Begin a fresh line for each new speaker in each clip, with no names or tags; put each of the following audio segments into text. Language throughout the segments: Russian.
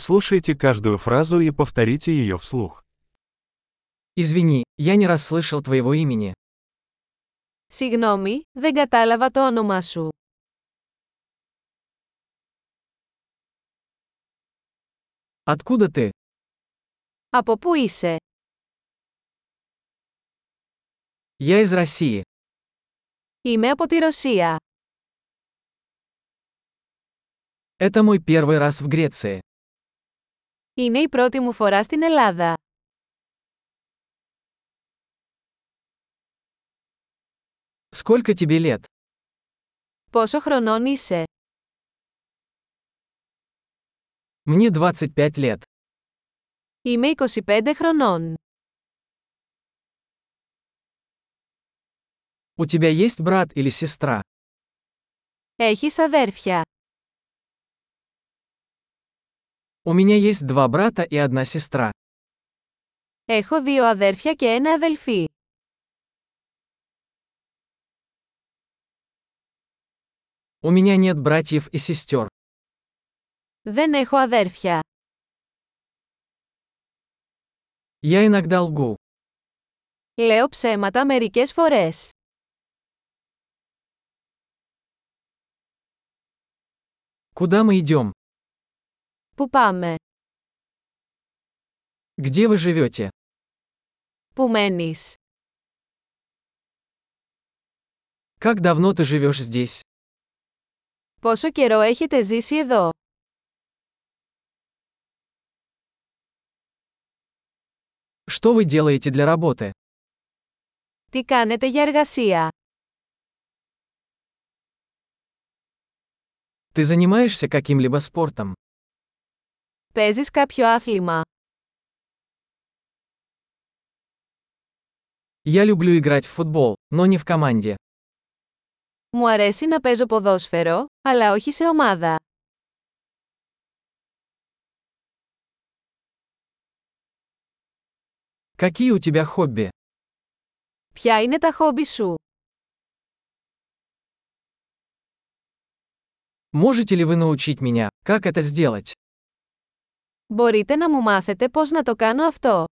Прослушайте каждую фразу и повторите ее вслух.
Извини, я не расслышал твоего имени.
Συγγνώμη, δεν κατάλαβα το όνομά σου.
Откуда ты?
Από πού είσαι?
Я из России.
Είμαι από τη Ρωσία.
Это мой первый раз в Греции.
Είναι η πρώτη μου φορά στην Ελλάδα.
Сколько тебе лет?
Πόσο χρονών είσαι?
Мне 25 лет.
Είμαι 25 χρονών.
У тебя есть брат или сестра?
Έχεις αδέρφια.
У меня есть два брата и одна сестра.
Έχω δύο αδέρφια και ένα αδελφή.
У меня нет братьев и сестер.
Δεν έχω αδέρφια.
Я иногда лгу.
Λέω ψέματα μερικές φορές.
Куда мы идем?
Πού πάμε?
Где вы живете?
Πού μένεις?
Как давно ты живешь здесь?
Πόσο καιρό έχετε ζήσει εδώ?
Что вы делаете для работы?
Τι κάνετε για εργασία?
Ты занимаешься каким-либо спортом?
Παίζεις κάποιο άθλημα?
Я люблю играть в футбол, но не в команде.
Μου αρέσει να παίζω ποδόσφαιρο, αλλά όχι σε ομάδα.
Какие у тебя хобби?
Ποια είναι τα χόμπι σου?
Можете ли вы научить меня, как это сделать?
Μπορείτε να μου μάθετε πώς να το κάνω αυτό.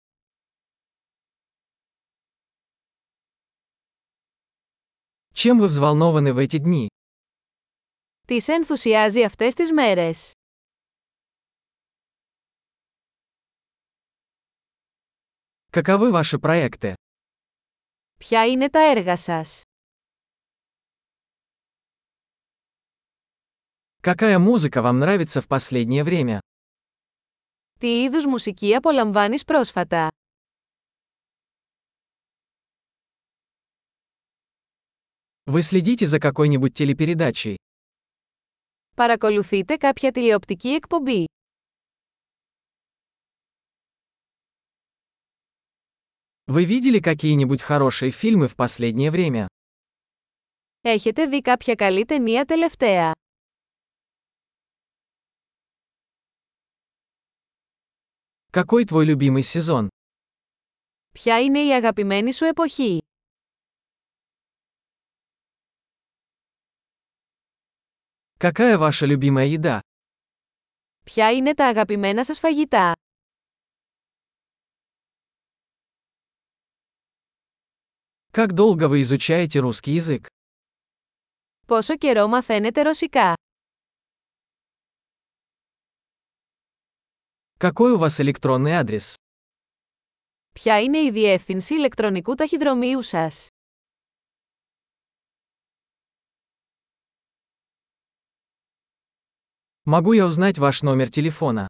Чем вы взволнованы в эти дни?
Τι σε ενθουσιάζει αυτές τις μέρες?
Каковы ваши проекты?
Ποια είναι τα έργα σας?
Какая музыка вам нравится в последнее время?
Τι είδους μουσική απολαμβάνεις πρόσφατα?
Вы следите за какой-нибудь телепередачей?
Παρακολουθείτε κάποια τηλεοπτική εκπομπή.
Вы видели какие-нибудь хорошие фильмы в последнее время?
Έχετε δει κάποια καλή ταινία τελευταία.
Какой твой любимый сезон?
Ποια είναι η αγαπημένη σου εποχή?
Какая ваша любимая еда?
Ποια είναι τα αγαπημένα σας φαγητά?
Как долго вы изучаете русский язык?
Πόσο καιρό μαθαίνετε ρωσικά?
Какой у вас электронный адрес?
Ποια είναι η διεύθυνση ηλεκτρονικού ταχυδρομείου σας?
Могу я узнать ваш номер телефона?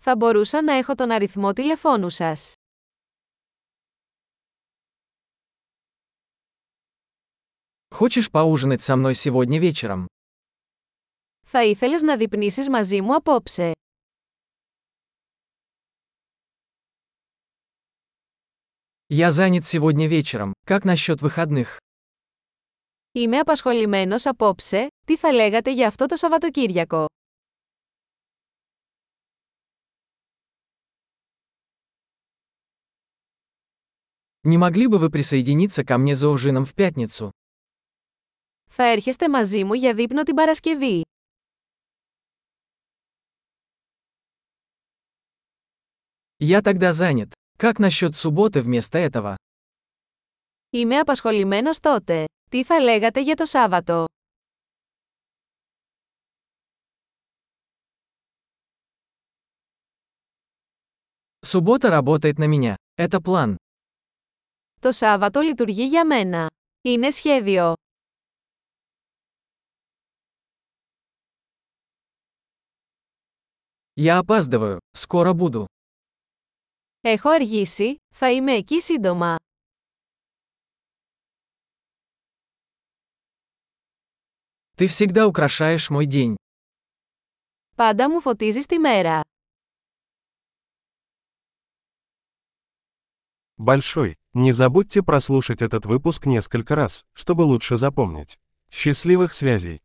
Θα μπορούσα να έχω τον αριθμό τηλεφώνου σας.
Хочешь поужинать со мной сегодня вечером?
Θα ήθελες να δειπνήσεις μαζί μου απόψε.
Я занят сегодня вечером. Как насчет выходных?
Είμαι απασχολημένος απόψε, τι θα λέγατε για αυτό το Σαββατοκύριακο.
Не могли бы вы присоединиться ко мне за ужином в пятницу?
Θα έρχεστε μαζί μου για δείπνο την Παρασκευή.
Я тогда занят. Как насчет субботы вместо этого?
Είμαι απασχολημένος τότε. Τι θα λέγατε για το Σάββατο?
Суббота работает на меня. Это план.
Το Σάββατο λειτουργεί για μένα. Είναι σχέδιο.
Я опаздываю. Скоро буду.
Έχω αργήσει, θα είμαι εκεί σύντομα.
Ты всегда украшаешь мой день.
Πάντα μου φωτίζεις τη μέρα.
Большой. Не забудьте прослушать этот выпуск несколько раз, чтобы лучше запомнить. Счастливых связей!